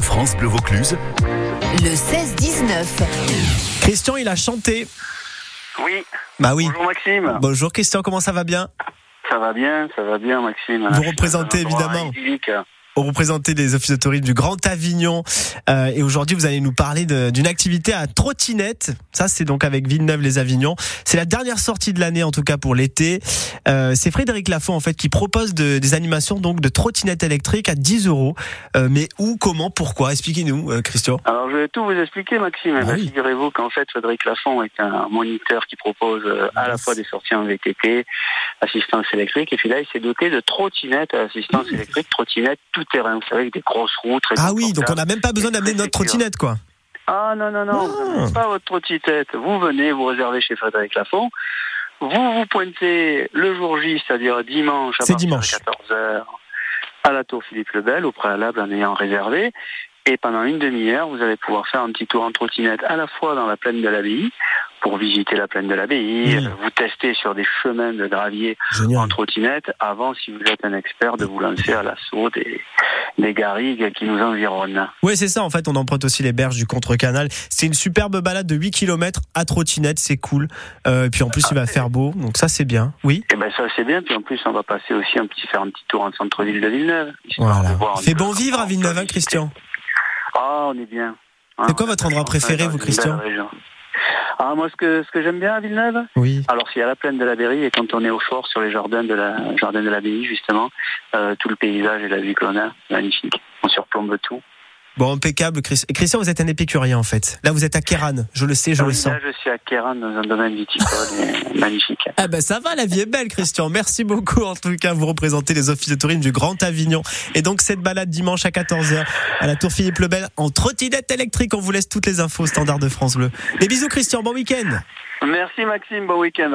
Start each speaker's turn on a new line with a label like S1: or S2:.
S1: France Bleu Vaucluse.
S2: Le 16-19.
S3: Christian, il a chanté.
S4: Oui.
S3: Bah oui.
S4: Bonjour Maxime.
S3: Bonjour Christian, comment ça va bien
S4: Ça va bien, ça va bien Maxime.
S3: Vous représentez,
S4: Je suis dans un endroit
S3: évidemment.
S4: idyllique.
S3: Vous représentez les offices de tourisme du Grand Avignon euh, et aujourd'hui vous allez nous parler de- d'une activité à trottinette. Ça c'est donc avec Villeneuve-les-Avignons. C'est la dernière sortie de l'année en tout cas pour l'été. Euh, c'est Frédéric Lafont en fait qui propose de- des animations donc de trottinettes électriques à 10 euros. Euh, mais où, comment, pourquoi Expliquez-nous euh, Christian.
S4: Alors je vais tout vous expliquer Maxime. Eh
S3: Ah
S4: ben,
S3: oui.
S4: Figurez-vous qu'en fait Frédéric Lafont est un moniteur qui propose euh, à la fois des sorties en VTT, assistance électrique, et puis là il s'est doté de trottinettes à assistance électrique, trottinettes tout terrain, vous savez, avec des grosses roues. très
S3: Ah oui, donc on
S4: confortables.
S3: n'a même pas besoin d'amener notre trottinette quoi.
S4: Ah non, non, non, vous
S3: Ah.
S4: n'avez pas votre petite tête. Vous venez, vous réservez chez Frédéric Lafont. Vous vous pointez le jour J, c'est-à-dire dimanche à
S3: C'est
S4: partir
S3: dimanche.
S4: de 14h à la tour Philippe Lebel, au préalable en ayant réservé. Et pendant une demi-heure, vous allez pouvoir faire un petit tour en trottinette à la fois dans la plaine de l'abbaye, pour visiter la plaine de l'abbaye,
S3: Mmh.
S4: euh, vous tester sur des chemins de gravier en
S3: Génial.
S4: trottinette, avant, si vous êtes un expert, de vous lancer à l'assaut des, des garrigues qui nous environnent.
S3: Oui, c'est ça. En fait, on emprunte aussi les berges du contre-canal. C'est une superbe balade de 8 km à trottinette. C'est cool. Euh, et puis en plus, il va faire beau. Donc ça, c'est bien. Oui.
S4: Eh ben ça c'est bien, puis en plus on va passer aussi un petit faire un petit tour en centre-ville de Villeneuve. histoire
S3: Voilà.
S4: de voir un
S3: Fait
S4: peu
S3: bon vivre à
S4: comment on peut
S3: Villeneuve, hein,
S4: visiter.
S3: Christian.
S4: Ah on est bien. Hein,
S3: C'est quoi
S4: on
S3: votre
S4: est
S3: endroit
S4: enfin
S3: préféré,
S4: dans
S3: vous,
S4: une
S3: Christian
S4: belle région. Ah moi ce que ce que j'aime bien à Villeneuve,
S3: Oui.
S4: alors c'est à la plaine de la Berry et quand on est au fort sur les jardins de la jardin de l'abbaye justement, euh, tout le paysage et la vue qu'on a, magnifique. On surplombe tout.
S3: Bon, impeccable, Chris- Et Christian. Vous êtes un épicurien, en fait. Là, vous êtes à Kéran. Je le sais, je
S4: Ah
S3: le
S4: oui,
S3: sens.
S4: Là je suis à Kéran dans un domaine viticole, et magnifique.
S3: Ah ben ça va, la vie est belle, Christian. Merci beaucoup. En tout cas, vous représentez les offices de tourisme du Grand Avignon. Et donc cette balade dimanche à 14h à la Tour Philippe Lebel en trottinette électrique. On vous laisse toutes les infos au standard de France Bleu. Des bisous, Christian. Bon week-end.
S4: Merci Maxime, bon week-end.